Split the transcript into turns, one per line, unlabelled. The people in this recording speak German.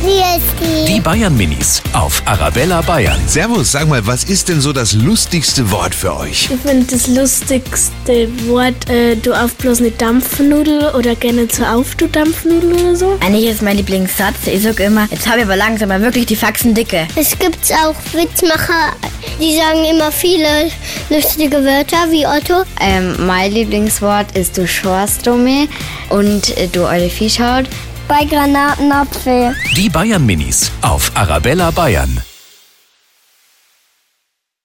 Hier ist
Die Bayern Minis auf Arabella Bayern.
Servus, sag mal, was ist denn so das lustigste Wort für euch?
Ich finde das lustigste Wort, äh, du auf bloß eine Dampfnudel oder gerne zu auf, du Dampfnudel oder so.
Eigentlich ist mein Lieblingssatz, ich sag immer, jetzt habe ich aber langsam mal wirklich die Faxen dicke.
Es gibt auch Witzmacher, die sagen immer viele lustige Wörter wie Otto.
Ähm, mein Lieblingswort ist du schorst dumme und äh, du eure Viehschaut.
Bei Granatenapfel.
Die Bayern Minis auf Arabella Bayern.